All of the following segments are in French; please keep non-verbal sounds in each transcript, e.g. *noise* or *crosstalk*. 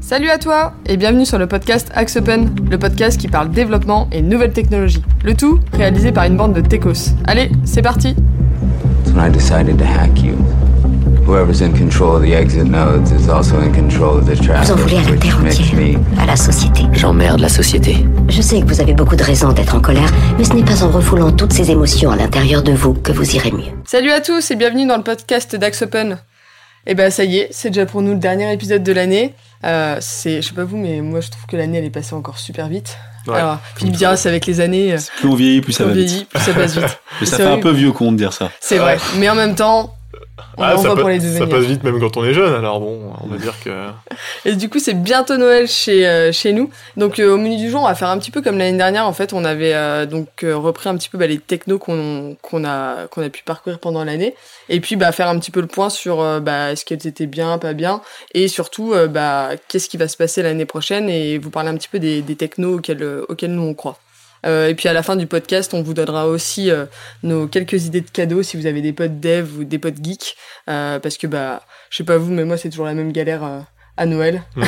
Salut à toi et bienvenue sur le podcast Axe Open, le podcast qui parle développement et nouvelles technologies. Le tout réalisé par une bande de techos. Allez, c'est parti That's when I decided to hack you. Whoever's in control of the exit nodes is also in control of the Vous en traffic, voulez à la which terre makes me entière, à la société. J'emmerde la société. Je sais que vous avez beaucoup de raisons d'être en colère, mais ce n'est pas en refoulant toutes ces émotions à l'intérieur de vous que vous irez mieux. Salut à tous et bienvenue dans le podcast d'Axe Open. Et ben ça y est, c'est déjà pour nous le dernier épisode de l'année. Euh, c'est, je sais pas vous, mais moi je trouve que l'année elle est passée encore super vite. Ouais. Alors, Philippe dira, c'est avec les années, euh, Plus on vieillit, plus ça on va vite. vieillit, plus ça passe vite. *laughs* Mais ça C'est fait un horrible. peu vieux con de dire ça. C'est vrai, mais en même temps, on Ah, en ça, voit pa- pour les deux ça années. passe vite même quand on est jeune, alors bon, on va dire que. Et du coup, c'est bientôt Noël chez euh, chez nous. Donc euh, au menu du jour, on va faire un petit peu comme l'année dernière. En fait, on avait euh, donc euh, repris un petit peu bah, les technos qu'on qu'on a qu'on a pu parcourir pendant l'année, et puis bah faire un petit peu le point sur euh, bah est-ce qu'elles étaient bien, pas bien, et surtout euh, bah qu'est-ce qui va se passer l'année prochaine, et vous parler un petit peu des des technos auxquels euh, auxquels nous on croit. Euh, et puis à la fin du podcast, on vous donnera aussi euh, nos quelques idées de cadeaux si vous avez des potes dev ou des potes geeks, euh, parce que bah je sais pas vous, mais moi c'est toujours la même galère. euh, à Noël *laughs*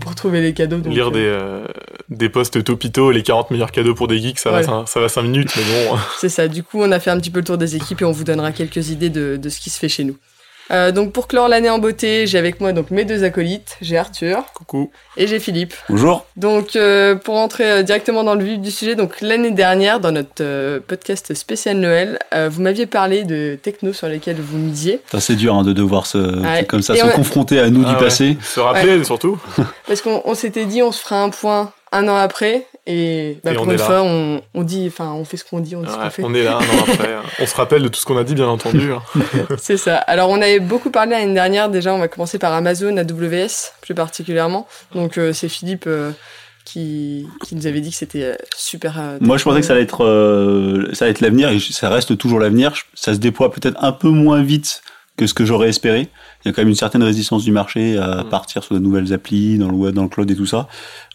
pour trouver les cadeaux. donc, Lire euh, des, euh, des posts topito, les 40 meilleurs cadeaux pour des geeks, ça, Ouais. va, cin- ça va 5 minutes, mais bon. C'est ça. Du coup, on a fait un petit peu le tour des équipes et on vous donnera quelques idées de, de ce qui se fait chez nous. Euh, donc pour clore l'année en beauté, j'ai avec moi donc mes deux acolytes, j'ai Arthur Coucou. et j'ai Philippe. Bonjour. Donc euh, pour entrer euh, directement dans le vif du sujet, donc l'année dernière dans notre euh, podcast spécial Noël, euh, vous m'aviez parlé de techno sur lesquels vous misiez. Putain, C'est dur hein, de devoir se, Ouais. comme ça, Et se ouais. confronter à nous Ah du ouais. passé. Se rappeler surtout. Parce qu'on on s'était dit, on se fera un point un an après, et, bah, Et pour on est une là. fois, on, on dit, enfin, on fait ce qu'on dit, on dit ce Ouais, qu'on fait. on est là, non, après. euh, On se rappelle de tout ce qu'on a dit, bien entendu. *laughs* hein. C'est ça. Alors, on avait beaucoup parlé l'année dernière. Déjà, on va commencer par Amazon, AWS, plus particulièrement. Donc, euh, c'est Philippe euh, qui, qui nous avait dit que c'était euh, super. euh, Moi, je pensais que ça allait être, euh, ça allait être l'avenir et je- ça reste toujours l'avenir. Je- Ça se déploie peut-être un peu moins vite que ce que j'aurais espéré. Il y a quand même une certaine résistance du marché à Mm. partir sur de nouvelles applis, dans le web, dans le cloud et tout ça.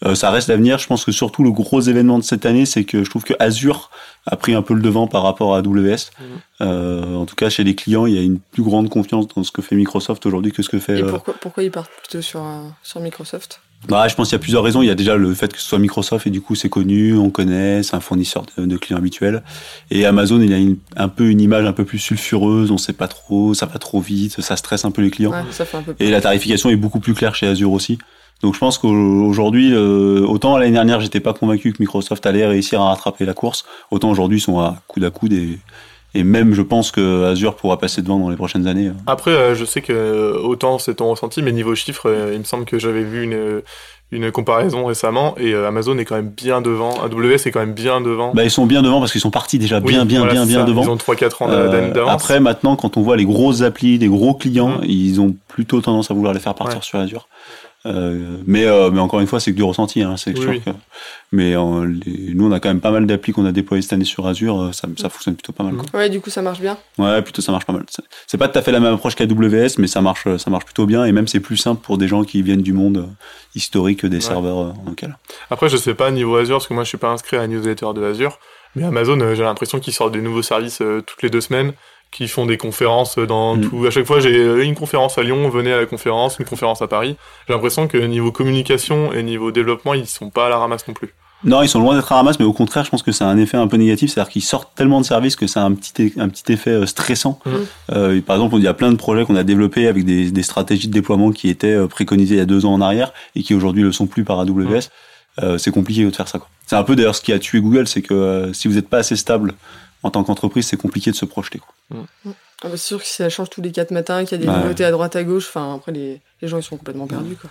Euh, ça reste l'avenir. Je pense que surtout le gros événement de cette année, c'est que je trouve que Azure a pris un peu le devant par rapport à AWS. Mm. Euh, en tout cas, chez les clients, il y a une plus grande confiance dans ce que fait Microsoft aujourd'hui que ce que fait. Et euh, pourquoi, pourquoi ils partent plutôt sur, euh, sur Microsoft Bah, je pense qu'il y a plusieurs raisons. Il y a déjà le fait que ce soit Microsoft et du coup c'est connu, on connaît, c'est un fournisseur de, de clients habituels. Et Amazon, il y a une- un peu une image un peu plus sulfureuse, on sait pas trop, ça va trop vite, ça stresse un peu les clients. Ouais, ça fait un peu Et la tarification est beaucoup plus claire chez Azure aussi. Donc je pense qu'aujourd'hui, euh, autant l'année dernière j'étais pas convaincu que Microsoft allait réussir à rattraper la course, autant aujourd'hui ils sont à coude à coude et, et même je pense que Azure pourra passer devant dans les prochaines années. Après, euh, je sais que euh, autant c'est ton ressenti, mais niveau chiffres, euh, il me semble que j'avais vu une, euh, une comparaison récemment, et euh, Amazon est quand même bien devant. AWS est quand même bien devant. Bah, ils sont bien devant parce qu'ils sont partis déjà Oui, bien bien voilà, bien c'est bien ça. devant. Ils ont 3-4 ans Euh, d'a- d'avance. après, maintenant, quand on voit les grosses applis, les gros clients, Mhm. ils ont plutôt tendance à vouloir les faire partir Ouais. sur Azure. Euh, mais, euh, mais encore une fois, c'est que du ressenti. Hein, c'est que je Oui, trouve que- mais euh, les- nous, on a quand même pas mal d'applis qu'on a déployées cette année sur Azure. euh, Ça, Mm. ça fonctionne plutôt pas mal. quoi. Ouais, du coup, ça marche bien. Ouais, plutôt ça marche pas mal. C'est- C'est pas tout à fait la même approche qu'AWS, mais ça marche, ça marche plutôt bien. Et même, c'est plus simple pour des gens qui viennent du monde euh, historique des serveurs euh, en local. Après, je sais pas niveau Azure, parce que moi, je suis pas inscrit à la newsletter de Azure. Mais Amazon, euh, j'ai l'impression qu'ils sortent des nouveaux services euh, toutes les deux semaines, qui font des conférences euh, dans Mm. tout. À chaque fois, j'ai euh, une conférence à Lyon, venez à la conférence, une conférence à Paris. J'ai l'impression que niveau communication et niveau développement, ils sont pas à la ramasse non plus. Non, ils sont loin d'être à ramasse, mais au contraire, je pense que ça a un effet un peu négatif, c'est-à-dire qu'ils sortent tellement de services que ça a un petit, é- un petit effet euh, stressant. Mhm. Euh, et par exemple, il y a plein de projets qu'on a développés avec des, des stratégies de déploiement qui étaient euh, préconisées il y a deux ans en arrière et qui aujourd'hui le sont plus par AWS. Mm. Euh, c'est compliqué de faire ça. quoi. C'est un peu d'ailleurs ce qui a tué Google, c'est que euh, si vous n'êtes pas assez stable en tant qu'entreprise, c'est compliqué de se projeter. quoi. Ah bah, c'est sûr que ça change tous les quatre matins, qu'il y a des Ouais. nouveautés à droite, à gauche. Enfin, après, les, les gens, ils sont complètement perdus. Quoi.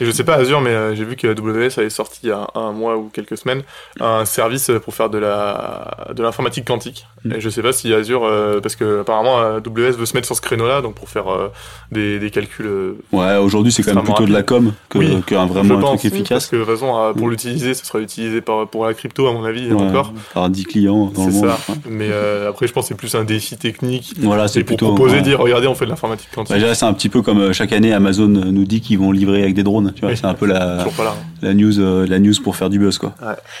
Et je sais pas Azure, mais euh, j'ai vu que AWS avait sorti il y a un mois ou quelques semaines un service pour faire de la de l'informatique quantique. Mm. Et je sais pas si Azure, euh, parce que apparemment AWS veut se mettre sur ce créneau-là, donc pour faire euh, des, des calculs euh, Ouais, aujourd'hui, c'est quand même Extrêmement plutôt de la com que- Oui, qu'un je vraiment un pense, truc efficace. Parce que de toute façon, à- pour Mm. l'utiliser, ce sera utilisé par, pour la crypto, à mon avis, Ouais, encore. par 10 clients dans C'est le monde. ça. ouais. Mais euh, après, je pense que c'est plus un défi technique. Voilà, C'est c'est pour plutôt proposer, ouais. dire, regardez, on fait de l'informatique quantique. Bah, déjà, c'est un petit peu comme euh, chaque année, Amazon euh, nous dit qu'ils vont livrer avec des drones. Tu vois, Oui. c'est un peu la, Toujours pas là. la news, euh, la news pour faire du buzz, quoi.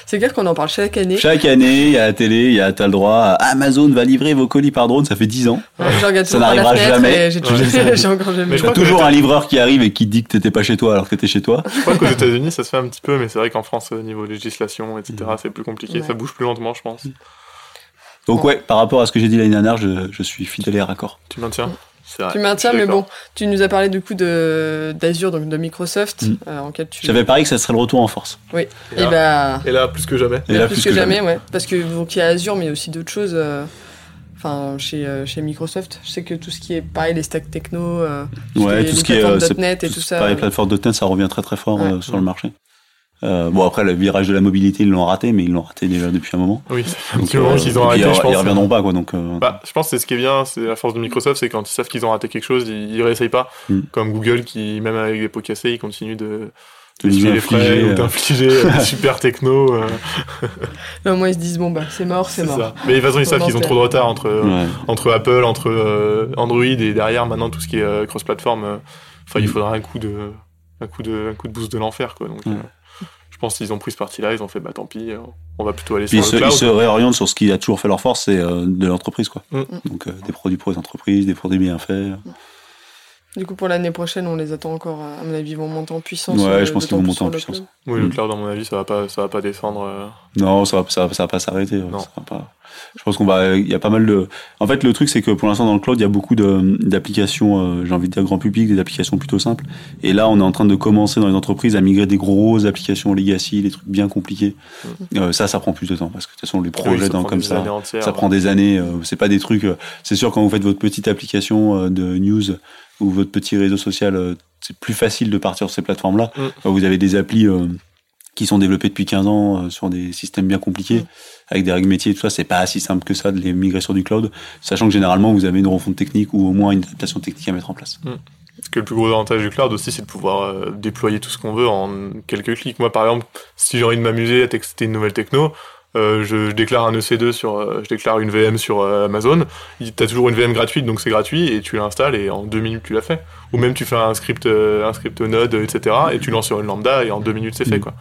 C'est clair qu'on en parle chaque année. Chaque année, il y a la télé, il y a t'as le droit. à Amazon va livrer vos colis par drone. Ça fait 10 ans. Ouais, je regarde Ça toujours par la n'arrivera fenêtre, jamais. mais j'ai toujours- *laughs* Ouais. j'ai encore jamais Mais je vu. crois T'as que- toujours un livreur qui arrive et qui te dit que t'étais pas chez toi alors que t'étais chez toi. Je crois qu'aux États-Unis, ça se fait un petit peu, mais c'est vrai qu'en France, au niveau législation, etc., c'est plus compliqué. Ouais. Ça bouge plus lentement, je pense. Donc ouais, par rapport à ce que j'ai dit l'année dernière, je, je suis fidèle et raccord. Tu maintiens C'est vrai. Tu maintiens, Je suis mais d'accord. bon, tu nous as parlé du coup de d'Azure, donc de Microsoft, Mm. euh, en quel tu. J'avais parié que ça serait le retour en force. Et Ah. bah, Et là, plus que jamais. Et là, plus, que, jamais, ouais. Parce que donc il y a Azure, mais il y a aussi d'autres choses. euh, Enfin, chez, euh, chez Microsoft, je sais que tout ce qui est pareil, les stacks techno, euh, Ouais, les- tout les ce qui est plateformes euh, c'est- .NET et tout ça, Pareil, ouais. plateforme .NET, ça revient très très fort Ouais. euh, sur le marché. Euh, bon après le virage de la mobilité ils l'ont raté mais ils l'ont raté déjà depuis un moment. *laughs* Oui, un Donc, petit moment euh, qu'ils ont et puis, arrêté, ils, je ils pense. reviendront pas quoi donc. euh, Bah, je pense que c'est ce qui est bien, c'est la force de Microsoft, c'est quand ils savent qu'ils ont raté quelque chose, ils, ils réessayent pas. Mm. Comme Google qui, même avec des pots cassés, ils continuent de De nous filer les infliger, frais euh. ou d'infliger euh, des super techno. euh, là, au moins ils se disent, bon, bah, c'est mort, *laughs* c'est c'est mort. ça. Mais de toute façon, ils savent qu'ils ont trop de retard entre, euh, ouais. entre Apple, entre euh, Android et derrière maintenant tout ce qui est euh, cross-platform. euh, Enfin, il Mm. faudra un coup de, un coup de, un coup de boost de l'enfer, quoi. Donc, Ouais. euh, je pense qu'ils ont pris ce parti-là, ils ont fait bah tant pis, euh, on va plutôt aller sur Puis ils le se, cloud. ils se réorientent sur ce qui a toujours fait leur force, c'est euh, de l'entreprise quoi. Mm. Donc euh, des produits pour les entreprises, des produits bien faits. Du coup, pour l'année prochaine, on les attend encore, euh, à mon avis, ils vont monter en puissance. Ouais, euh, je pense qu'ils d'autant vont plus monter sur en le puissance. cloud. Oui, le Mm. cloud, à mon avis, ça va pas, ça va pas descendre. euh, Non, ça va, ça, va- ça va pas s'arrêter. euh, Non. ça va pas. Je pense qu'on va. Il y a pas mal de. En fait, le truc, c'est que pour l'instant, dans le cloud, il y a beaucoup de- d'applications, euh, j'ai envie de dire grand public, des applications plutôt simples. Et là, on est en train de commencer dans les entreprises à migrer des grosses applications legacy, des trucs bien compliqués. Euh, ça, ça prend plus de temps parce que de toute façon, les projets Ah ça dans- prend comme des ça. années entières. Ça prend des années. euh, c'est pas des trucs. euh, c'est sûr quand vous faites votre petite application euh, de news ou votre petit réseau social, euh, c'est plus facile de partir sur ces plateformes-là. Mm. Quand vous avez des applis euh, qui sont développées depuis 15 ans euh, sur des systèmes bien compliqués, avec des règles métiers, et tout ça. C'est pas si simple que ça de les migrer sur du cloud, sachant que généralement vous avez une refonte technique ou au moins une adaptation technique à mettre en place. Parce que le plus gros avantage du cloud aussi, c'est de pouvoir euh, déployer tout ce qu'on veut en quelques clics. Moi, par exemple, si j'ai envie de m'amuser à tester une nouvelle techno, euh, je, je déclare un EC2 sur, euh, je déclare une VM sur euh, Amazon. Il- T'as toujours une VM gratuite, donc c'est gratuit et tu l'installes et en deux minutes tu l'as fait. Ou même tu fais un script, euh, un script Node, euh, etc. Et tu lances sur une lambda et en deux minutes c'est fait Mm. quoi.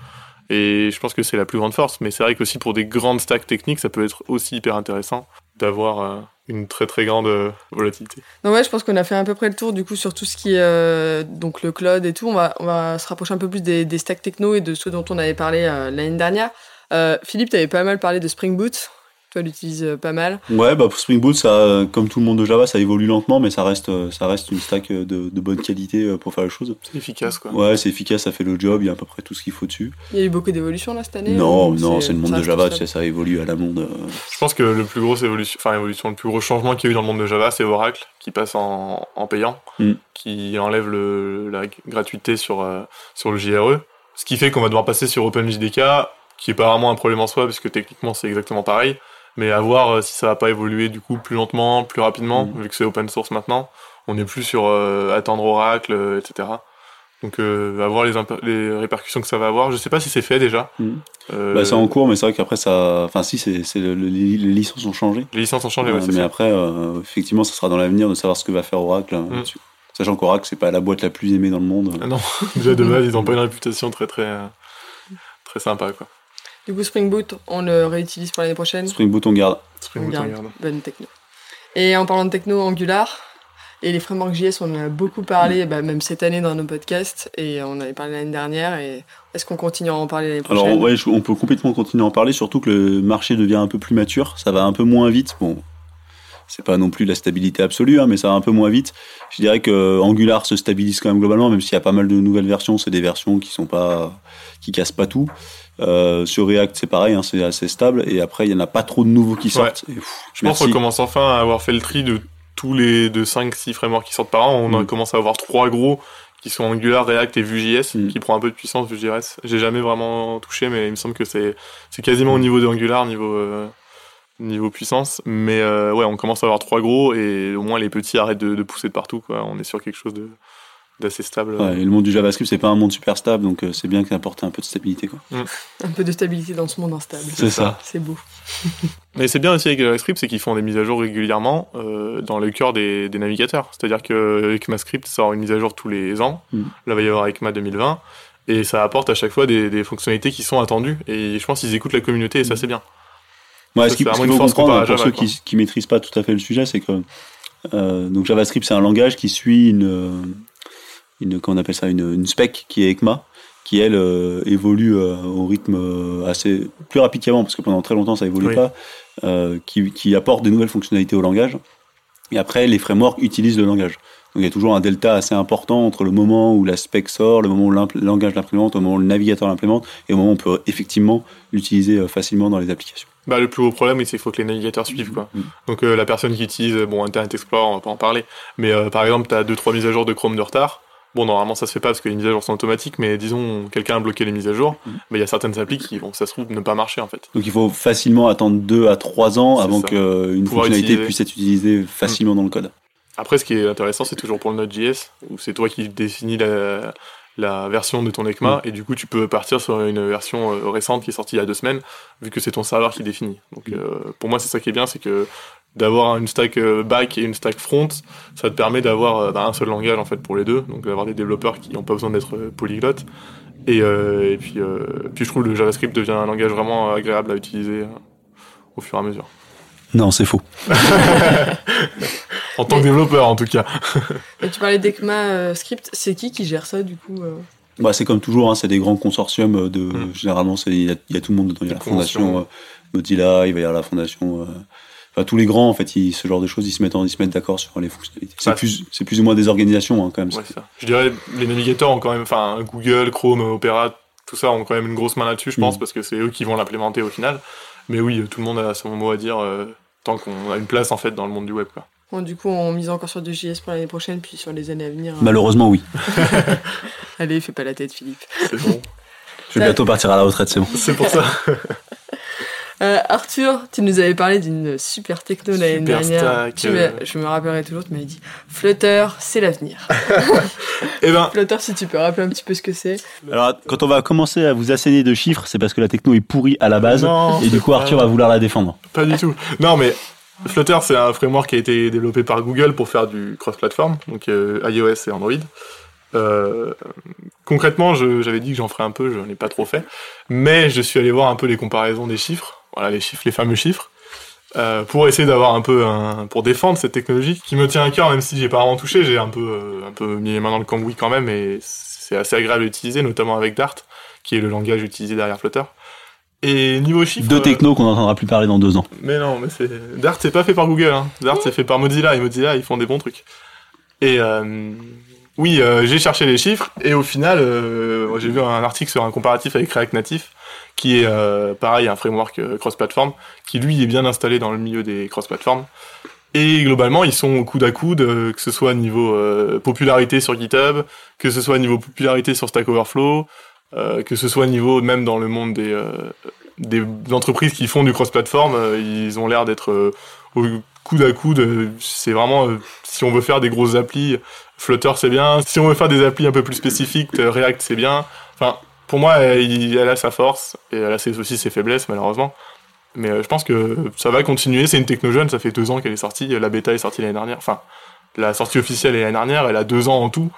Et je pense que c'est la plus grande force. Mais c'est vrai que aussi pour des grandes stacks techniques, ça peut être aussi hyper intéressant d'avoir euh, une très très grande euh, volatilité. Donc ouais, je pense qu'on a fait à peu près le tour du coup sur tout ce qui est euh, donc le cloud et tout. On va, on va se rapprocher un peu plus des, des stacks techno et de ceux dont on avait parlé euh, l'année dernière. Euh, Philippe, t'avais pas mal parlé de Spring Boot. Toi, l'utilises euh, pas mal. Ouais, bah pour Spring Boot, ça, euh, comme tout le monde de Java, ça évolue lentement, mais ça reste, euh, ça reste une stack euh, de, de bonne qualité euh, pour faire les choses. C'est efficace quoi. Ouais, c'est efficace, ça fait le job, il y a à peu près tout ce qu'il faut dessus. Il y a eu beaucoup d'évolutions là cette année. Non, ou non, c'est le monde ça de reste Java, tout tu ça sais, ça évolue à la monde. euh, Je pense que le plus gros évolution, enfin évolution, le plus gros changement qu'il y a eu dans le monde de Java, c'est Oracle qui passe en, en payant, Mm. qui enlève le, la gratuité sur euh, sur le JRE, ce qui fait qu'on va devoir passer sur OpenJDK, qui est pas vraiment un problème en soi parce que techniquement c'est exactement pareil, mais à voir euh, si ça va pas évoluer du coup plus lentement, plus rapidement Mm. vu que c'est open source maintenant, on n'est plus sur euh, attendre Oracle, euh, etc. Donc euh, à voir les, impa- les répercussions que ça va avoir. Je sais pas si c'est fait déjà. Mm. Euh, Bah, c'est en cours, mais c'est vrai qu'après, ça. Enfin, si, c'est, c'est le- le- les licences ont changé. les licences ont changé. ouais, Euh, c'est mais ça. après, euh, effectivement, ça sera dans l'avenir de savoir ce que va faire Oracle. hein, Mm. là-dessus. Sachant qu'Oracle, c'est pas la boîte la plus aimée dans le monde. Ah non, déjà de base, ils n'ont pas une réputation très très euh, très sympa quoi. Du coup, Spring Boot, on le réutilise pour l'année Mm. prochaine. Spring Boot, on garde. Spring On Boot, garde. regarde. Bonne techno. Et en parlant de techno, Angular et les frameworks JS, on en a beaucoup parlé, bah, même cette année dans nos podcasts, et on en avait parlé l'année dernière. Et est-ce qu'on continue à en parler l'année prochaine Alors, ouais, je- on peut complètement continuer à en parler, surtout que le marché devient un peu plus mature. Ça va un peu moins vite. Bon, c'est pas non plus la stabilité absolue, hein, mais ça va un peu moins vite. Je dirais que euh, Angular se stabilise quand même globalement, même s'il y a pas mal de nouvelles versions. C'est des versions qui sont pas, qui cassent pas tout. Euh, sur React, c'est pareil, hein, c'est assez stable. Et après, il y en a pas trop de nouveaux qui sortent. Et, pff, Je pense qu'on merci. commence enfin à avoir fait le tri de tous les de 5 6 frameworks qui sortent par an, on en Mm. commence à avoir trois gros qui sont Angular, React et Vue.js Mm. qui prend un peu de puissance Vue.js. J'ai jamais vraiment touché mais il me semble que c'est c'est quasiment Mm. au niveau de Angular niveau euh, niveau puissance mais euh, ouais, on commence à avoir trois gros et au moins les petits arrêtent de, de pousser de partout quoi. On est sur quelque chose de d'assez stable. Ouais, et le monde du JavaScript, c'est pas un monde super stable, donc euh, c'est bien qu'il apporte un peu de stabilité. quoi. Un peu de stabilité dans ce monde instable. C'est ça. C'est beau. Mais c'est bien aussi avec JavaScript, c'est qu'ils font des mises à jour régulièrement euh, dans le cœur des, des navigateurs. C'est-à-dire que ECMAScript sort une mise à jour tous les ans. Mm. Là, il va y avoir ECMA 2020. Et ça apporte à chaque fois des, des fonctionnalités qui sont attendues. Et je pense qu'ils écoutent la communauté et Mm. ça, c'est bien. Ouais, Ça, ce qu'il c'est ce vraiment une qu'il faut force comprendre comparée à pour ceux Java, qui qui maîtrisent pas tout à fait le sujet, c'est que euh, donc JavaScript, c'est un langage qui suit une, euh, une comment on appelle ça, une, une spec qui est ECMA, qui elle euh, évolue euh, au rythme euh, assez plus rapide qu'avant, parce que pendant très longtemps ça évolue Oui. pas, euh, qui, qui apporte des nouvelles fonctionnalités au langage. Et après, les frameworks utilisent le langage. Donc il y a toujours un delta assez important entre le moment où la spec sort, le moment où l'imp- le langage l'implémente, au moment où le navigateur l'implémente, et au moment où on peut effectivement l'utiliser euh, facilement dans les applications. Bah, le plus gros problème, c'est qu'il faut que les navigateurs suivent. Quoi. Mm. Donc euh, la personne qui utilise euh, bon, Internet Explorer, on va pas en parler. Mais euh, par exemple, tu as 2-3 mises à jour de Chrome de retard. Bon, normalement, ça se fait pas parce que les mises à jour sont automatiques, mais disons, quelqu'un a bloqué les mises à jour, Mm. bah, il y a certaines applis qui vont, ça se trouve, ne pas marcher en fait. Donc il faut facilement attendre 2 à 3 ans C'est avant ça. qu'une Pouvoir fonctionnalité utiliser. puisse être utilisée facilement dans le code. Après, ce qui est intéressant, c'est toujours pour le Node.js, où c'est toi qui définis la, la version de ton ECMA, et du coup, tu peux partir sur une version euh, récente qui est sortie il y a deux semaines, vu que c'est ton serveur qui définit. Donc, euh, pour moi, c'est ça qui est bien, c'est que d'avoir une stack euh, back et une stack front, ça te permet d'avoir euh, bah, un seul langage en fait pour les deux, donc d'avoir des développeurs qui n'ont pas besoin d'être euh, polyglottes. Et, euh, et puis, euh, puis, je trouve que le JavaScript devient un langage vraiment agréable à utiliser euh, au fur et à mesure. Non, c'est faux. En tant que développeur, en tout cas. Et tu parlais d'ECMA euh, Script, c'est qui qui gère ça du coup euh Bah, c'est comme toujours, hein, c'est des grands consortiums euh, de. Mm. Généralement, c'est- il y, a- il y a tout le monde dedans. Il y a Des la fondation conventions. euh, Mozilla, il va y avoir la fondation. euh, Enfin, tous les grands, en fait, ils- ce genre de choses, ils se mettent, en- ils se mettent d'accord sur les fonctionnalités. C'est Ouais. plus, c'est plus ou moins des organisations, hein, quand même. Bah, Ouais, c'est ça. Je dirais les navigateurs ont quand même, enfin Google, Chrome, Opera, tout ça ont quand même une grosse main là-dessus, je pense, Mm. parce que c'est eux qui vont l'implémenter au final. Mais oui, tout le monde a son mot à dire euh, tant qu'on a une place en fait dans le monde du web. Quoi. Bon, Du coup, on mise encore sur du JS pour l'année prochaine, puis sur les années à venir. euh, Malheureusement, oui. Allez, fais pas la tête, Philippe. C'est *laughs* bon. Je Ça- vais bientôt partir à la retraite, c'est bon. c'est pour ça. Euh, Arthur, tu nous avais parlé d'une super techno l'année Super dernière. stack, Tu euh. m'as- Je me rappellerai toujours, tu m'avais dit Flutter, c'est *laughs* l'avenir. Eh ben, Flutter, si tu peux rappeler un petit peu ce que c'est. Alors, quand on va commencer à vous asséner de chiffres, c'est parce que la techno est pourrie à la base. non, et du coup, c'est Arthur pas- va vouloir la défendre. Pas du tout. Non, mais Flutter, c'est un framework qui a été développé par Google pour faire du cross-platform, donc euh, iOS et Android. Euh, concrètement, je- j'avais dit que j'en ferais un peu, je n'ai pas trop fait, mais je suis allé voir un peu les comparaisons des chiffres, voilà les chiffres, les fameux chiffres, euh, pour essayer d'avoir un peu, un, pour défendre cette technologie qui me tient à cœur, même si j'ai pas vraiment touché, j'ai un peu, euh, un peu mis les mains dans le cambouis quand même, et c'est assez agréable à utiliser, notamment avec Dart, qui est le langage utilisé derrière Flutter. Et niveau chiffres, Deux euh, technos qu'on n'entendra plus parler dans deux ans. mais non, mais c'est Dart, c'est pas fait par Google. Hein. Dart, c'est fait par Mozilla. Et Mozilla, ils font des bons trucs. Et euh, oui, euh, j'ai cherché les chiffres et au final, euh, moi, j'ai vu un article sur un comparatif avec React Native, qui est euh, pareil, un framework euh, cross-platform, qui lui est bien installé dans le milieu des cross-platforms. Et globalement, ils sont au coude à coude, euh, que ce soit niveau euh, popularité sur GitHub, que ce soit niveau popularité sur Stack Overflow, euh, que ce soit niveau même dans le monde des, euh, des entreprises qui font du cross-platform, euh, ils ont l'air d'être euh, au coude à coude. euh, C'est vraiment, euh, si on veut faire des grosses applis, Flutter c'est bien. Si on veut faire des applis un peu plus spécifiques, euh, React c'est bien. Enfin, pour moi, elle, il- elle a sa force et elle a ses- aussi ses faiblesses malheureusement. Mais euh, je pense que ça va continuer. C'est une techno jeune, ça fait deux ans qu'elle est sortie. La bêta est sortie l'année dernière. Enfin, la sortie officielle est l'année dernière. Elle a deux ans en tout.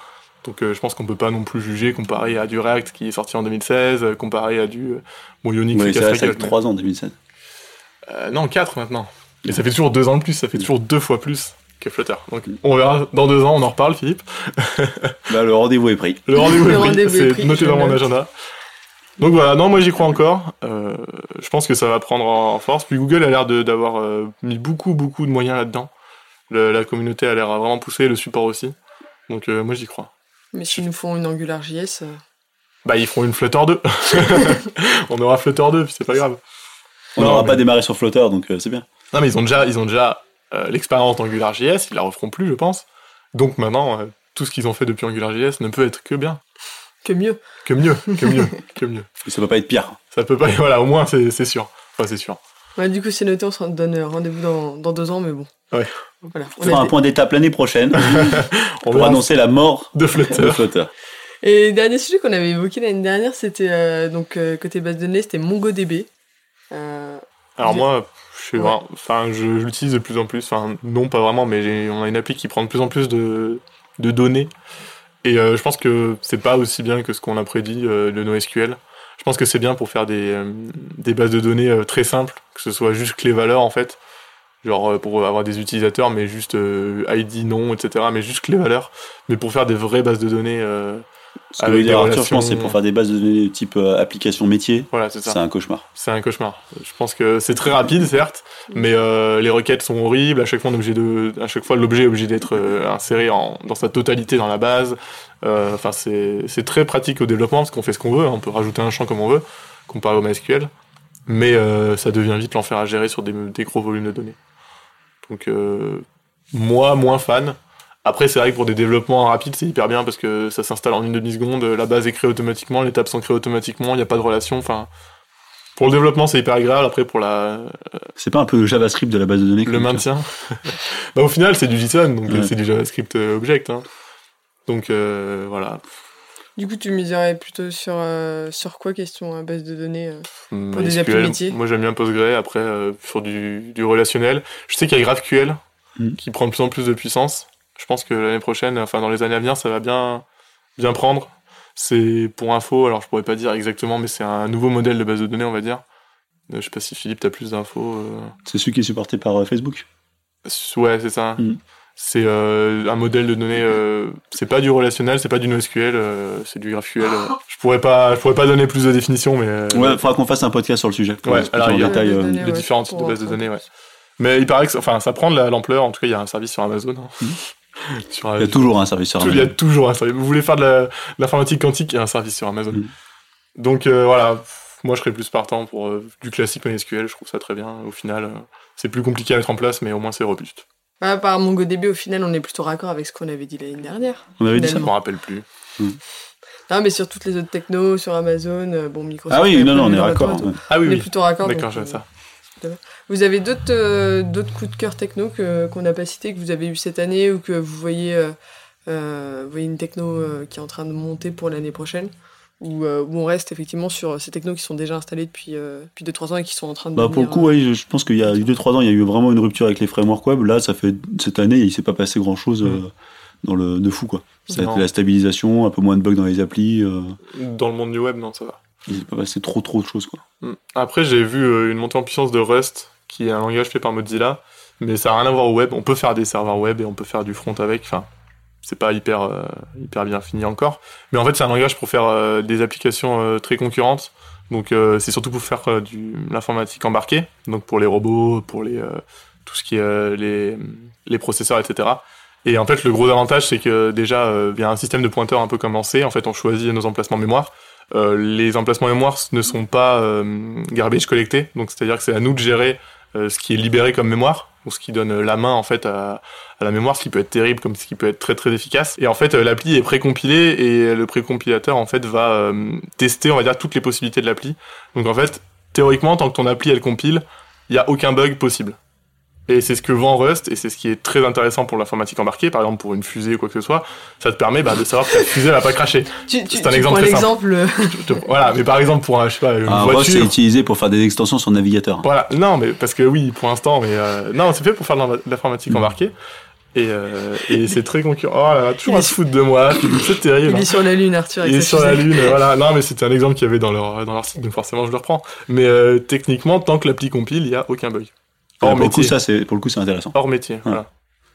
Donc euh, je pense qu'on peut pas non plus juger comparé à du React qui est sorti en 2016, euh, comparé à du euh, bon Ionic Ouais, qui c'est casse vrai, la ça fait gueule, mais- trois ans, 2007. euh, non, 4 maintenant. Et ça fait toujours 2 ans de plus, ça fait toujours 2 fois plus que Flutter. Donc on verra, dans 2 ans on en reparle Philippe. Bah, le rendez-vous est pris. Le rendez-vous Le est pris, rendez-vous est c'est pris, noté je dans mon note. agenda. Donc voilà, non moi j'y crois encore. Euh, je pense que ça va prendre en en force. Puis Google a l'air de- d'avoir euh, mis beaucoup beaucoup de moyens là-dedans. Le- la communauté a l'air à vraiment pousser, le support aussi. Donc euh, moi j'y crois. Mais s'ils nous font une Angular JS. euh, Bah ils feront une Flutter 2. *laughs* on aura Flutter 2, puis c'est pas grave. On Non, n'aura mais- pas démarré sur Flutter, donc euh, c'est bien. Non, mais ils ont déjà, ils ont déjà euh, l'expérience AngularJS, ils la referont plus, je pense. Donc maintenant, euh, tout ce qu'ils ont fait depuis AngularJS ne peut être que bien, Que mieux. que mieux, que mieux, que mieux. Et ça va pas être pire. *laughs* Ça peut pas, voilà, au moins c'est c'est sûr. Enfin, c'est sûr. Ouais, du coup, c'est noté, on se donne euh, rendez-vous dans, dans deux ans, mais bon. Ouais. Voilà. on On fera a un des- point d'étape l'année prochaine *laughs* On pour va annoncer la mort de de flotteur. Flutter. Et dernier sujet qu'on avait évoqué l'année dernière, c'était euh, donc euh, côté base de données, c'était MongoDB. Euh, Alors moi, je suis Ouais. vraiment- enfin, je l'utilise de plus en plus. Enfin, non, pas vraiment, mais j'ai- on a une appli qui prend de plus en plus de, de données. Et euh, je pense que c'est pas aussi bien que ce qu'on a prédit euh, de NoSQL. Je pense que c'est bien pour faire des, euh, des bases de données euh, très simples, que ce soit juste que les valeurs en fait, genre euh, pour avoir des utilisateurs, mais juste euh, ID, nom, etc. Mais juste que les valeurs. Mais pour faire des vraies bases de données, euh, Ce que Avec veut dire des Arthur, je pense, relations- c'est pour faire des bases de données de type euh, application métier. voilà, c'est ça. C'est un cauchemar. C'est un cauchemar. Je pense que c'est très rapide, certes, mais euh, les requêtes sont horribles. À chaque fois, on est obligé de, à chaque fois, l'objet est obligé d'être euh, inséré en, dans sa totalité dans la base. Euh, Enfin, c'est- c'est très pratique au développement parce qu'on fait ce qu'on veut. hein. On peut rajouter un champ comme on veut, comparé au MySQL, mais euh, ça devient vite l'enfer à gérer sur des, des gros volumes de données. Donc, euh, moi, moins fan. Après, c'est vrai que pour des développements rapides, c'est hyper bien parce que ça s'installe en une demi-seconde. La base est créée automatiquement, les tables sont créées automatiquement. Il n'y a pas de relation. Enfin. Pour le développement, c'est hyper agréable. Après, pour la, C'est pas un peu le JavaScript de la base de données le comme- maintien, *laughs* bah, au final, c'est du JSON, donc Ouais. c'est du JavaScript euh, Object. hein. Donc euh, voilà. Du coup, tu miserais plutôt sur, euh, sur quoi, question euh, base de données euh Mm. Pour des applis métiers. Moi, j'aime bien PostgreSQL. Après, euh, sur du, du relationnel, je sais qu'il y a GraphQL Mm. qui prend de plus en plus de puissance. Je pense que l'année prochaine, enfin dans les années à venir, ça va bien, bien prendre. C'est pour info. Alors, je pourrais pas dire exactement, mais c'est un nouveau modèle de base de données, on va dire. Euh, Je sais pas si Philippe, t'as plus d'infos. euh. C'est celui qui est supporté par euh, Facebook. Ouais, c'est ça. Mm. C'est euh, un modèle de données. euh, c'est pas du relationnel, c'est pas du NoSQL, euh, c'est du GraphQL. euh. Je pourrais pas, je pourrais pas donner plus de définition, mais euh, Ah. Ouais, faudra qu'on fasse un podcast sur le sujet. pour Ouais, expliquer alors, en il y a- détail. euh, les différents types de bases de données, ouais. Mais il paraît que, ça- enfin, ça prend de la- l'ampleur. En tout cas, il y a un service sur Amazon. hein. Mm. *laughs* Sur, euh, Il y a toujours un service sur tout- il y a Internet. toujours un service. Vous voulez faire de la- de l'informatique quantique, il y a un service sur Amazon. Mm. Donc euh, voilà, moi je serais plus partant pour euh, du classique NoSQL. Je trouve ça très bien. Au final, euh, c'est plus compliqué à mettre en place, mais au moins c'est robuste. Bah, par MongoDB, au final, on est plutôt raccord avec ce qu'on avait dit l'année dernière. On avait dit ça. Je m'en rappelle plus. Non, mais sur toutes les autres technos, sur Amazon, euh, bon, Microsoft. Ah oui, euh, non, non, on est dans la raccord. boîte, ouais. Ah oui, On est oui. plutôt raccord. D'accord, donc, je vois euh, ça. Vous avez d'autres euh, d'autres coups de cœur techno que qu'on n'a pas cités, que vous avez eu cette année ou que vous voyez, euh, euh, vous voyez une techno euh, qui est en train de monter pour l'année prochaine où, euh, où on reste effectivement sur ces technos qui sont déjà installés depuis, euh, depuis 2-3 ans et qui sont en train de. Bah pour devenir, le coup, ouais, je je pense qu'il y a 2-3 ans, il y a eu vraiment une rupture avec les frameworks web. Là, ça fait cette année, il s'est pas passé grand chose dans le de fou quoi. Ça a Non. été la stabilisation, un peu moins de bugs dans les applis. euh, Dans le monde du web, non, ça va. il s'est pas passé trop trop de choses quoi. Mm. Après, j'ai vu euh, une montée en puissance de Rust, qui est un langage fait par Mozilla, mais ça n'a rien à voir au web. On peut faire des serveurs web et on peut faire du front avec. Enfin, c'est pas hyper, euh, hyper bien fini encore. Mais en fait, c'est un langage pour faire euh, des applications euh, très concurrentes. Donc, euh, c'est surtout pour faire euh, du- l'informatique embarquée. Donc, pour les robots, pour les, euh, tout ce qui est euh, les, les processeurs, etc. Et en fait, le gros avantage, c'est que déjà, euh, via un système de pointeur un peu comme en C, en fait, on choisit nos emplacements mémoire. Euh, les emplacements mémoire ne sont pas euh, garbage collectés, donc c'est-à-dire que c'est à nous de gérer euh, ce qui est libéré comme mémoire, ou ce qui donne euh, la main en fait à, à la mémoire, ce qui peut être terrible comme ce qui peut être très très efficace. Et en fait, euh, l'appli est précompilée et le précompilateur en fait va euh, tester, on va dire, toutes les possibilités de l'appli. Donc en fait, théoriquement, tant que ton appli elle compile, il n'y a aucun bug possible. Et c'est ce que vend Rust, et c'est ce qui est très intéressant pour l'informatique embarquée, par exemple pour une fusée ou quoi que ce soit, ça te permet bah, de savoir que la fusée elle a pas craché. euh, Tu, tu, c'est un tu exemple prends très l'exemple. euh, Je te- Voilà, mais par exemple pour un, je sais pas, une Un Rust est voiture. Ah, utilisé pour faire des extensions sur navigateur. Voilà, non, mais parce que oui, pour l'instant, mais euh, non, c'est fait pour faire de l'inv- de Mm. l'informatique embarquée. Et, euh, et c'est très concurrent. Oh là là, toujours à se foutre de moi, c'est *laughs* terrible. Il hein. est sur la lune, Arthur. avec Il est sa sur la fusée. lune, voilà. Non, mais c'était un exemple qu'il y avait dans leur, dans leur site, donc forcément je le reprends. Mais euh, techniquement, tant que l'appli compile, il n'y a aucun bug. Pour Hors le coup, métier. ça c'est pour le coup c'est intéressant. Hors métier, voilà.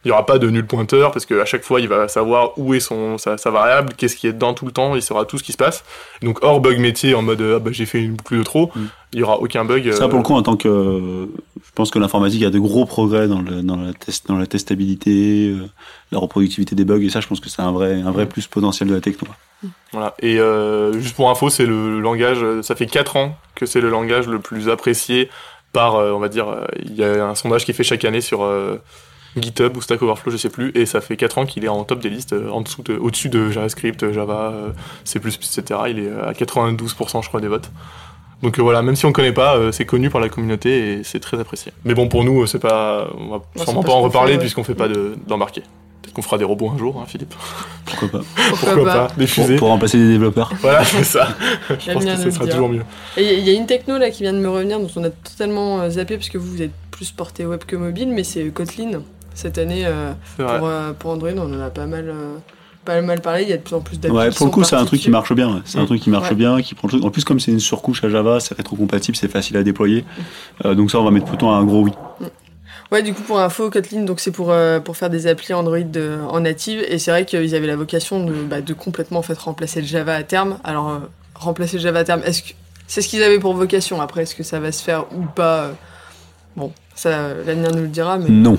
Il n'y aura pas de nul pointeur parce qu'à chaque fois, il va savoir où est son, sa, sa variable, qu'est-ce qui est dedans tout le temps, il saura tout ce qui se passe. Donc, hors bug métier en mode ah bah, j'ai fait une boucle de trop, Mm. il n'y aura aucun bug. Ça euh, pour le coup en tant que euh, je pense que l'informatique a de gros progrès dans le dans la test dans la testabilité, euh, la reproductibilité des bugs et ça je pense que c'est un vrai un Mm. vrai plus potentiel de la techno. Voilà. Et euh, juste pour info, c'est le langage. euh, Ça fait 4 ans que c'est le langage le plus apprécié par, euh, on va dire, euh, il y a un sondage qui est fait chaque année sur euh, GitHub ou Stack Overflow, je sais plus. Et ça fait 4 ans qu'il est en top des listes, euh, en dessous, de- euh, au-dessus de JavaScript, euh, Java, euh, C++, etc. Il est à 92% je crois des votes. Donc euh, voilà, même si on connaît pas, euh, c'est connu par la communauté et c'est très apprécié. Mais bon, pour nous, euh, c'est pas, on va c'est sûrement pas pas ce en qu'on fait, reparler ouais. puisqu'on fait pas de- d'embarquer. Peut-être qu'on fera des robots un jour, hein, Philippe. Pourquoi pas Pourquoi, pas, Des pour, fusées. pour remplacer des développeurs. *laughs* Voilà, c'est ça. Je J'aime pense bien que le ce sera dire. toujours mieux. Et il y a une techno là qui vient de me revenir dont on a totalement euh, zappé parce que vous, vous êtes plus porté web que mobile, mais c'est Kotlin. Cette année, euh, C'est vrai. pour, euh, pour Android, on en a pas mal, euh, pas mal parlé. Il y a de plus en plus d'applis. Ouais, qui pour le sont coup, c'est un parties truc qui dessus. marche bien. ouais. C'est un Mm. truc qui marche Ouais. bien, qui prend le truc. En plus, comme c'est une surcouche à Java, c'est rétrocompatible, c'est facile à déployer. Euh, donc ça, on va mettre plutôt un gros oui. Ouais, du coup, pour info, Kotlin, donc c'est pour, euh, pour faire des applis Android euh, en native. Et c'est vrai qu'ils avaient la vocation de, bah, de complètement en fait, remplacer le Java à terme. Alors, euh, remplacer le Java à terme, est-ce que c'est ce qu'ils avaient pour vocation Après, est-ce que ça va se faire ou pas euh, Bon, ça, euh, l'avenir nous le dira, Hmm. mais. Non,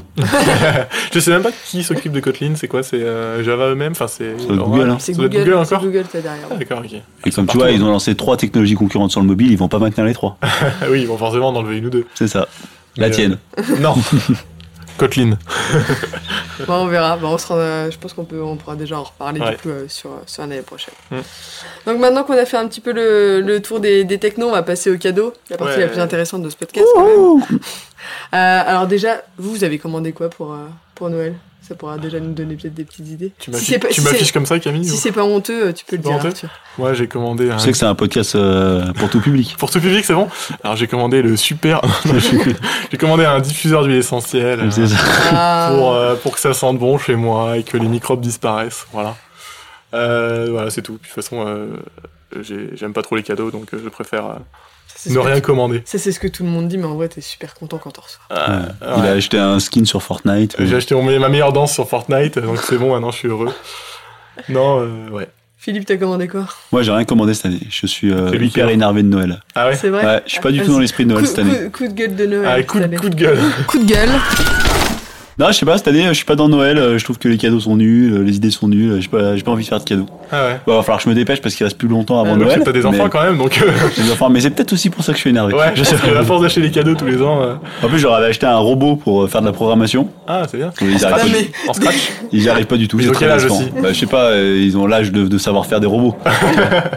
Je sais même pas qui s'occupe de Kotlin. C'est quoi C'est euh, Java eux-mêmes Enfin, c'est doit être Oracle Google, hein. C'est Ça doit être Google, Google c'est encore Google, t'as derrière. Ah, D'accord, ok. *laughs* Et comme tu partout, vois, hein. ils ont lancé trois technologies concurrentes sur le mobile, ils vont pas maintenir *laughs* les trois. Ah oui, ils vont forcément en enlever une *laughs* ou deux. C'est ça. La Mais, euh, tienne. Non. Kotlin. Bon, on verra. Bon, on se rendra- je pense qu'on peut, on pourra déjà en reparler Ouais. du coup euh, sur, sur l'année prochaine. Mm. Donc maintenant qu'on a fait un petit peu le, le tour des, des technos, on va passer au cadeau, la partie Ouais. la plus intéressante de ce podcast. quand même. *laughs* Euh, alors déjà, vous, vous avez commandé quoi pour, euh, pour Noël Ça pourra déjà nous donner peut-être des petites idées. Tu si c'est m'affiches pas, tu si c'est- m'affiches comme ça, Camille si ou- c'est pas honteux, euh, tu peux le pas dire. honteux Arthur. Moi, j'ai commandé un. Tu sais que c'est un podcast euh, pour tout *laughs* public. Pour tout public, c'est bon Alors, j'ai commandé le super. *laughs* j'ai commandé un diffuseur d'huile essentielle. euh, *laughs* C'est ça. Ah. *laughs* pour, euh, pour que ça sente bon chez moi et que les microbes disparaissent. Voilà. Euh, voilà, c'est tout. Puis, De toute façon, euh, j'ai- j'aime pas trop les cadeaux, donc euh, je préfère euh, Ça, c'est ce ne que rien tu- commander. Ça, c'est ce que tout le monde dit, mais en vrai, t'es super content quand t'en reçois. Euh, Il ouais. Euh, a acheté un skin sur Fortnite. J'ai acheté mon- ma meilleure danse sur Fortnite, donc c'est bon, maintenant je suis heureux. Non, euh, ouais. Philippe, t'as commandé quoi Moi, j'ai rien commandé cette année. Je suis euh, C'est lui qui hyper a- énervé de Noël. Ah ouais C'est vrai Ouais, je suis pas du Ah, tout dans vas-y. l'esprit de Noël Coup- cette année. coup, coup de gueule de Noël. Ah, cette coup, de- année. coup de gueule. coup de gueule. Non, je sais pas, cette année, je suis pas dans Noël. euh, Je trouve que les cadeaux sont nuls, euh, les idées sont nulles. euh, J'ai pas, j'ai pas envie de faire de cadeaux. Ah ouais. Bah, va falloir que je me dépêche parce qu'il reste plus longtemps avant Ah, Donc, Noël. t'as des enfants mais- quand même, donc euh, J'ai des enfants, mais c'est peut-être aussi pour ça que je suis énervé. ouais, Je sais pas. à force d'acheter des cadeaux tous les ans. euh, En plus, j'aurais acheté un robot pour euh, faire de la programmation. Ah, c'est bien. Ils n'y Ah, arrivent, pas mais- du- En scratch ils y arrivent pas du tout. Ils c'est ont très quel âge restant. aussi bah, Je sais pas, euh, ils ont l'âge de, de savoir faire *laughs* des robots.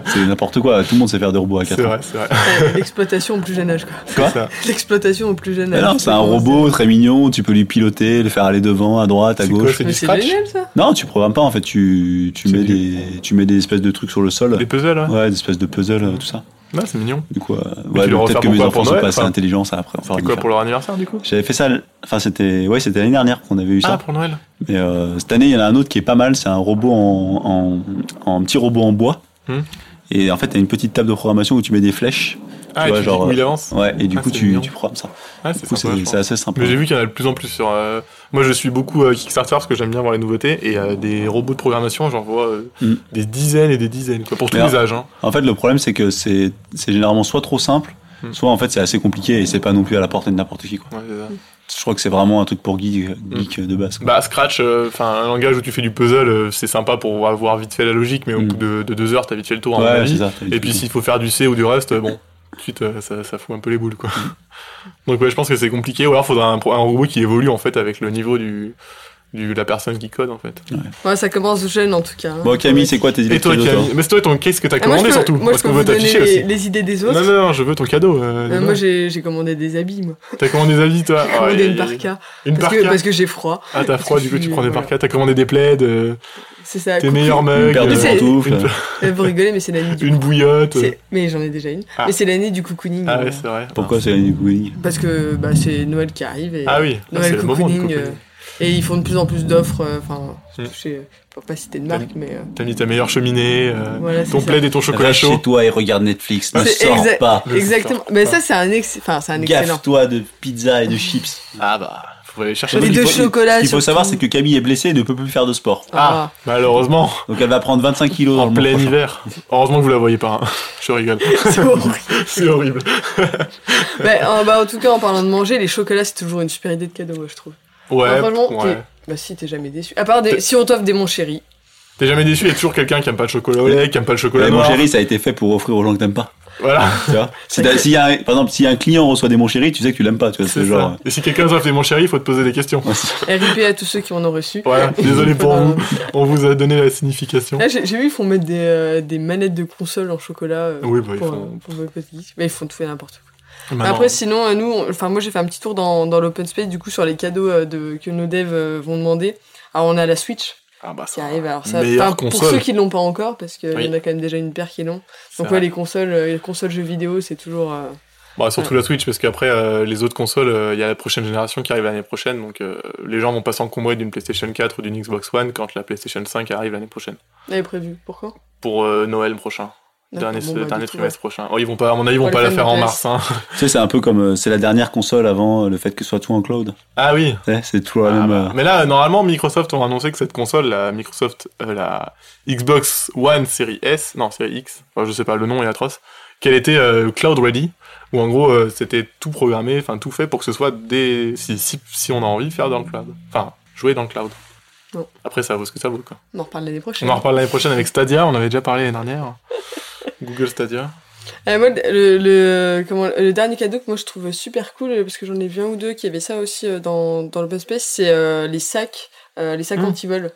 c'est n'importe quoi, tout le monde sait faire des robots à C'est 4 ans. vrai, c'est vrai. Ouais, *laughs* L'exploitation au plus jeune âge, quoi. *laughs* C'est ça. L'exploitation au plus jeune Mais âge. non, c'est un robot très mignon, tu peux lui piloter, le faire aller devant, à droite, à C'est quoi, gauche. c'est Mais du c'est scratch génial, ça. non, tu programmes pas en fait, tu, tu, C'est mets, du- des, tu mets des espèces de trucs sur le sol. Des puzzles, ouais. Ouais, des espèces de puzzles, euh, tout ça. Ah, c'est mignon. Du coup, euh, Mais ouais, tu le donc refais peut-être que pourquoi mes pour enfants sont Noël, pas assez enfin, intelligents, ça après, on fera C'est quoi pour leur anniversaire du coup J'avais fait ça, l- enfin c'était, ouais, c'était l'année dernière qu'on avait eu ça. Ah, pour Noël. Mais euh, cette année, il y en a un autre qui est pas mal. C'est un robot en, en, en petit robot en bois. Hmm. Et en fait, t'as une petite table de programmation où tu mets des flèches. Ah, Tu et vois, tu genre, dis où euh, il avance Ouais. Et du Ah, coup, c'est tu, mignon. tu programmes ça. Ah, Du c'est coup, sympa, je c'est pense. c'est assez sympa. Mais j'ai vu qu'il y en a de plus en plus sur. euh, Moi, je suis beaucoup euh, Kickstarter parce que j'aime bien voir les nouveautés et euh, des robots de programmation, j'en vois euh, Mm. des dizaines et des dizaines, quoi, pour tous Mais les âges. Hein. En fait, le problème, c'est que c'est c'est généralement soit trop simple, Hmm. soit en fait, c'est assez compliqué et c'est pas non plus à la portée de n'importe qui. Quoi. Ouais, c'est Mm. ça. Je crois que c'est vraiment un truc pour geek, geek de base. quoi. Bah, Scratch, enfin, un langage où tu fais du puzzle, euh, c'est sympa pour avoir vite fait la logique, mais au Mm. bout de, de deux heures, t'as vite fait le tour. à mon ouais, avis. c'est ça. Et puis, s'il faut faire du C ou du reste, euh, bon, ensuite, euh, ça, ça fout un peu les boules, quoi. Mm. Donc, ouais, je pense que c'est compliqué. Ou alors, faudra un, pro- un robot qui évolue, en fait, avec le niveau du, du la personne qui code, en fait. Ouais, ça commence jeune en tout cas. hein. Bon, Camille, c'est quoi tes idées Et toi, de cadeaux, Camille Mais c'est toi, ton qu'est-ce que t'as Ah, moi, je commandé peux- surtout Moi, je Parce peux qu'on vous veut donner t'afficher les, aussi. les idées des Non, autres. non, non, je veux ton cadeau. euh, Euh, dis moi, donc. j'ai j'ai commandé des habits, moi. T'as commandé Ah des habits, toi J'ai *laughs* Ah, commandé y- une y- parka. Une Parce parka que, parce que j'ai froid. Ah, t'as froid, du coup, tu prends des Voilà. parkas. T'as commandé des plaids, euh, C'est ça. tes coucou. meilleurs mugs, Une paire de euh, pantoufles. une- Euh, Vous rigolez, mais c'est l'année du. une bouillotte. c'est- Mais j'en ai déjà une. Ah. Mais c'est l'année du cocooning. Ah, euh, ouais, c'est vrai. Pourquoi c'est du cooling Parce que bah, c'est Noël qui arrive. Et... Ah oui, ah, Noël c'est le moment du cocooning, cocooning. euh, Et ils font de plus en plus d'offres. euh, Enfin, Mm. je sais pour pas citer de marque, mais. euh, T'as mis ta meilleure cheminée, euh, Voilà, c'est ça. ton Ah, bah, plaid et ton chocolat Reste chaud. chez toi et regarde Netflix. Ne C'est sors exact- pas. Ne Exactement. sors Mais pas. ça, c'est un, ex... enfin, c'est un excellent. Gaffe-toi de pizza et de chips. Ah bah, faut aller chercher. Les des- deux chocolats, Ce qu'il faut surtout. savoir, c'est que Camille est blessée et ne peut plus faire de sport. Ah, malheureusement, Donc elle va prendre 25 kilos dans en le mois plein prochain. hiver. Heureusement que vous la voyez pas, hein. je rigole. *laughs* *laughs* C'est horrible. c'est horrible. bah, en, bah, en tout cas, en parlant de manger, les chocolats, c'est toujours une super idée de cadeau, moi, je trouve. Ouais, Enfin, franchement, ouais. t'es- bah, si, t'es jamais déçu. À part des... T'es- si on t'offre des mon chéri. T'es jamais déçu, il y a toujours quelqu'un qui aime pas le chocolat au lait, qui aime pas le chocolat Ouais, mon noir. *laughs* chéri, ça a été fait pour offrir aux gens que t'aimes pas. Voilà. Tu vois si t'as- s'il y a un- par exemple, si un client reçoit des mon chéri, tu sais que tu l'aimes pas, tu vois, c'est C'est genre. ça. Et si quelqu'un s'appelle mon chéri, il faut te poser des questions. RIP à tous ceux qui en ont reçu. *laughs* Voilà, désolé pour vous. On vous a donné la signification. Là, j'ai j'ai vu, ils font mettre des, euh, des manettes de console en chocolat euh, Oui, bah, ils pour, font- euh, pour Boycott Geek. Mais ils font tout et n'importe quoi. Maintenant, Après, sinon, euh, nous, on- enfin, moi, j'ai fait un petit tour dans, dans l'open space, du coup, sur les cadeaux euh, de, que nos devs euh, vont demander. Alors, on a la Switch ah bah, qui ça, arrive. Alors, ça, Meilleure enfin, pour console. ceux qui ne l'ont pas encore, parce qu'il Oui. y en a quand même déjà une paire qui l'ont. c'est Donc, vrai. ouais, les consoles, euh, les consoles jeux vidéo, c'est toujours. euh, Bah, surtout la Switch, parce qu'après, euh, les autres consoles, euh, il y a la prochaine génération qui arrive l'année prochaine, donc euh, les gens vont pas s'encombrer d'une PlayStation 4 ou d'une Xbox One quand la PlayStation 5 arrive l'année prochaine. là, est prévu. Pourquoi Pour euh, Noël prochain, D'accord, dernier, bon, bah, dernier du coup, trimestre prochain. Oh, ils vont pas, à mon avis, ils vont Pour pas les la fans faire de en PS. mars. hein. Tu sais, c'est un peu comme euh, c'est la dernière console avant euh, le fait que ce soit tout en cloud. Ah oui, Tu sais, C'est toujours la Ah, même. bah. Mais là, normalement, Microsoft ont annoncé que cette console, la Microsoft, euh, la Xbox One Series S, non, Series X, enfin, je sais pas, le nom est atroce, qu'elle était euh, cloud ready, où en gros, euh, c'était tout programmé, enfin tout fait pour que ce soit des. Si, si, si on a envie, faire dans le cloud. Enfin, jouer dans le cloud. Non. Après, ça vaut ce que ça vaut, quoi. On en reparle l'année On prochaine. en reparle l'année prochaine avec Stadia, on avait déjà parlé l'année dernière. Google Stadia. Euh, moi, le, le, comment, le dernier cadeau que moi je trouve super cool, euh, parce que j'en ai vu un ou deux qui avaient ça aussi euh, dans, dans l'open space, c'est euh, les sacs, euh, les sacs Mmh. anti-vol.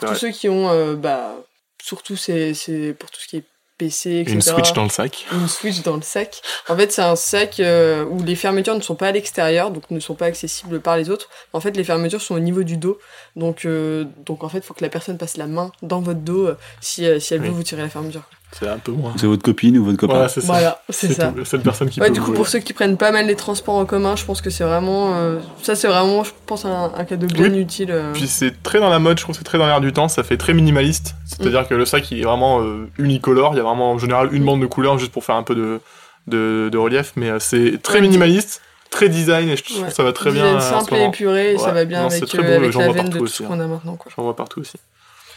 Pour tous vrai. ceux qui ont, euh, bah, surtout c'est, c'est pour tout ce qui est PC, etc. Une Switch dans le sac. Une Switch dans le sac. En fait, c'est un sac euh, où les fermetures ne sont pas à l'extérieur, donc ne sont pas accessibles par les autres. En fait, les fermetures sont au niveau du dos. Donc, euh, donc en fait, il faut que la personne passe la main dans votre dos euh, si, euh, si elle Oui. veut vous tirer la fermeture. C'est un peu moins. euh, C'est votre copine ou votre copain. Voilà, c'est ça. Voilà, c'est ça. tout. La seule personne qui Ouais, peut du coup, vous- pour ceux qui prennent pas mal les transports en commun, je pense que c'est vraiment. euh, ça, c'est vraiment, je pense, un, un cadeau bien Oui. utile. euh. Puis c'est très dans la mode, je trouve que c'est très dans l'air du temps, ça fait très minimaliste. Mm. C'est-à-dire que le sac il est vraiment euh, unicolore, il y a vraiment en général une bande de couleurs juste pour faire un peu de, de, de relief, mais euh, c'est très Ouais. minimaliste, très design et je trouve Ouais. que ça va très bien. Design euh, en ce simple et moment. épuré, et ça Ouais. va bien Non, c'est avec, très euh, beau, avec j'en la vois veine de partout tout aussi, hein. ce qu'on a maintenant. Quoi. J'en vois partout aussi.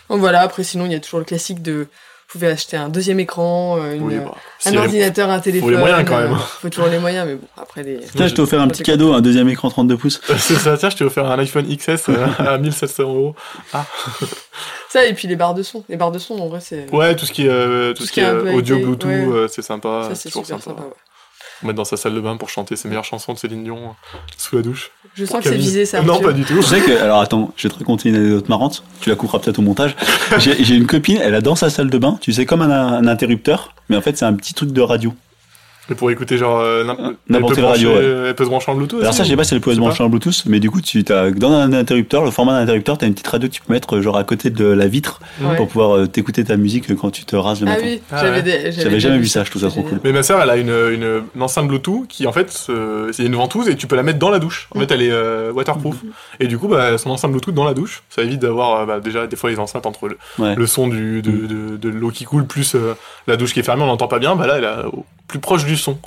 Donc voilà, après, sinon, il y a toujours le classique de. Vous pouvez acheter un deuxième écran, euh, une- Oui, bah, un si- ordinateur, un téléphone. moyens, quand euh, même. *laughs* faut toujours les moyens, mais bon, après les. Tiens, je t'ai offert un petit cadeau, un deuxième écran 32 pouces. *laughs* c'est ça, tiens, je t'ai offert un iPhone *laughs* XS euh, à 1700 euros. Ça, et puis les barres de son. Les barres de son, en vrai, c'est. Ouais, tout ce qui est, euh, tout ce qui est un peu euh, audio, high-tech, Bluetooth, ouais. euh, c'est sympa. ça, c'est c'est toujours super sympa. sympa. ouais. Mettre dans sa salle de bain pour chanter ses meilleures chansons de Céline Dion euh, sous la douche. Je Pour sens que c'est Camille. visé, ça. Non, Arthur. pas du tout. Tu sais que, alors attends, je vais te raconter une anecdote marrante, tu la couperas peut-être au montage. J'ai j'ai une copine, elle a dans sa salle de bain, tu sais, comme un, un interrupteur, mais en fait c'est un petit truc de radio. Mais pour écouter genre euh, n'im- elle N'importe peut quelle radio, brancher- Elle peut se brancher en Bluetooth. Alors aussi, ça, je sais ou- pas si elle peut je se sais brancher en Bluetooth, mais du coup, tu as, dans un interrupteur, le format d'un interrupteur, tu as une petite radio que tu peux mettre euh, genre à côté de la vitre Ouais. pour pouvoir euh, t'écouter ta musique euh, quand tu te rases le Ah matin. oui, Ah ouais. j'avais des- J'avais jamais vu ça, je trouve ça C'est trop cool. génial. Mais ma sœur, elle a une, une, une enceinte Bluetooth qui en fait se- c'est une ventouse et tu peux la mettre dans la douche. En fait, elle est euh, waterproof. Mhm. Et du coup, bah, son enceinte Bluetooth dans la douche, ça évite d'avoir euh, bah, déjà des fois les enceintes entre le, Ouais. Mhm. le son du, de, de, de l'eau qui coule plus euh, la douche qui est fermée, on n'entend pas bien. Bah là, elle est au- plus proche du son. Tu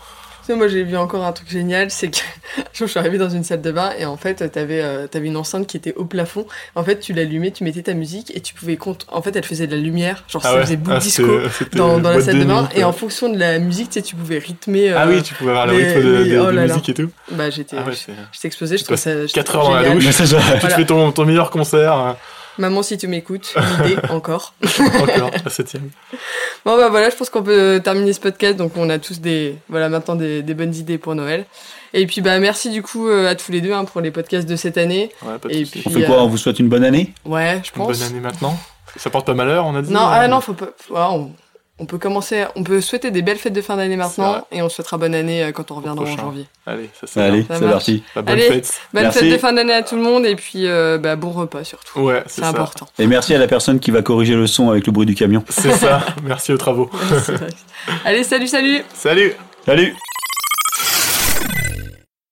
sais, moi j'ai vu encore un truc génial, c'est que *laughs* un jour, je suis arrivée dans une salle de bain et en fait t'avais euh, t'avais une enceinte qui était au plafond. En fait tu l'allumais, tu mettais ta musique et tu pouvais compte. En fait elle faisait de la lumière, genre ça faisait bout de Ah, disco c'était- c'était dans, dans la boîte salle de nuit, bain quoi. et en fonction de la musique tu sais, tu pouvais rythmer. euh, Ah oui, tu pouvais avoir le les- rythme de, les- de- oh de là là. musique et tout. bah j'étais Ah ouais, j'étais c'est- explosée, je Tu passes trouvais ça. je quatre trouvais heures dans la génial. *laughs* douche. Mais ça, ça- Tu te Voilà. fais ton, ton meilleur concert euh, *laughs* Maman si tu m'écoutes, *laughs* l'idée encore. encore, la septième. Bon bah voilà, je pense qu'on peut terminer ce podcast. Donc on a tous des voilà maintenant des, des bonnes idées pour Noël. Et puis bah merci du coup euh, à tous les deux hein, pour les podcasts de cette année. Ouais, pas de Et soucis. On puis, fait quoi On vous souhaite une bonne année Ouais, je pense. Bonne année maintenant. Ça porte pas malheur, on a dit Non, euh, ah non, faut pas. ah, on, on peut commencer. On peut souhaiter des belles fêtes de fin d'année vrai. maintenant, et on souhaitera bonne année euh, quand on reviendra en prochain. janvier. Allez, ça c'est Allez, Allez. Ça c'est marche. parti. La bonne Allez. fête. Bonne Merci. fête de fin d'année à tout le monde, et puis euh, bah, bon repas surtout. Ouais, c'est C'est ça. important. *laughs* Et merci à la personne qui va corriger le son avec le bruit du camion. C'est ça. Merci aux travaux. Merci, Max. Allez, *laughs* salut, salut. Salut Salut